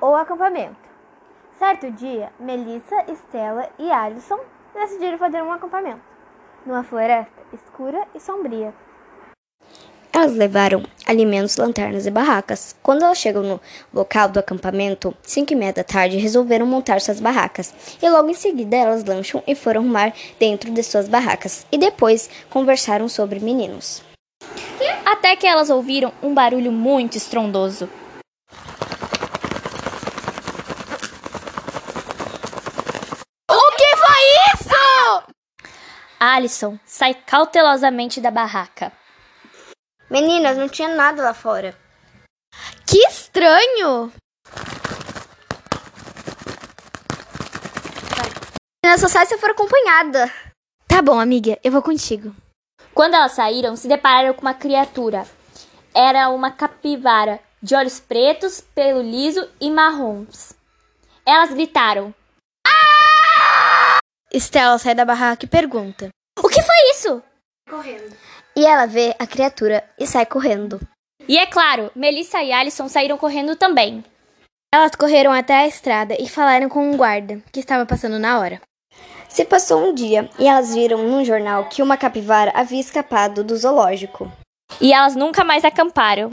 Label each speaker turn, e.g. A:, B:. A: ou acampamento. Certo dia, Melissa, Stella e Alison decidiram fazer um acampamento numa floresta escura e sombria.
B: Elas levaram alimentos, lanternas e barracas. Quando elas chegam no local do acampamento, 5 e meia da tarde, resolveram montar suas barracas. E logo em seguida, elas lancham e foram arrumar dentro de suas barracas. E depois conversaram sobre meninos.
C: Até que elas ouviram um barulho muito estrondoso.
D: O que foi isso?
C: Alison sai cautelosamente da barraca.
E: Meninas, não tinha nada lá fora.
D: Que estranho!
E: Meninas, só sai se eu for acompanhada.
D: Tá bom, amiga, eu vou contigo.
C: Quando elas saíram, se depararam com uma criatura. Era uma capivara, de olhos pretos, pelo liso e marrons. Elas gritaram:
D: Estela sai da barraca e pergunta:
C: O que foi "É isso?
E: Correndo. E ela vê a criatura e sai correndo.
C: E é claro, Melissa e Alison saíram correndo também.
D: Elas correram até a estrada e falaram com um guarda que estava passando na hora.
B: Se passou um dia e elas viram num jornal que uma capivara havia escapado do zoológico.
C: E elas nunca mais acamparam.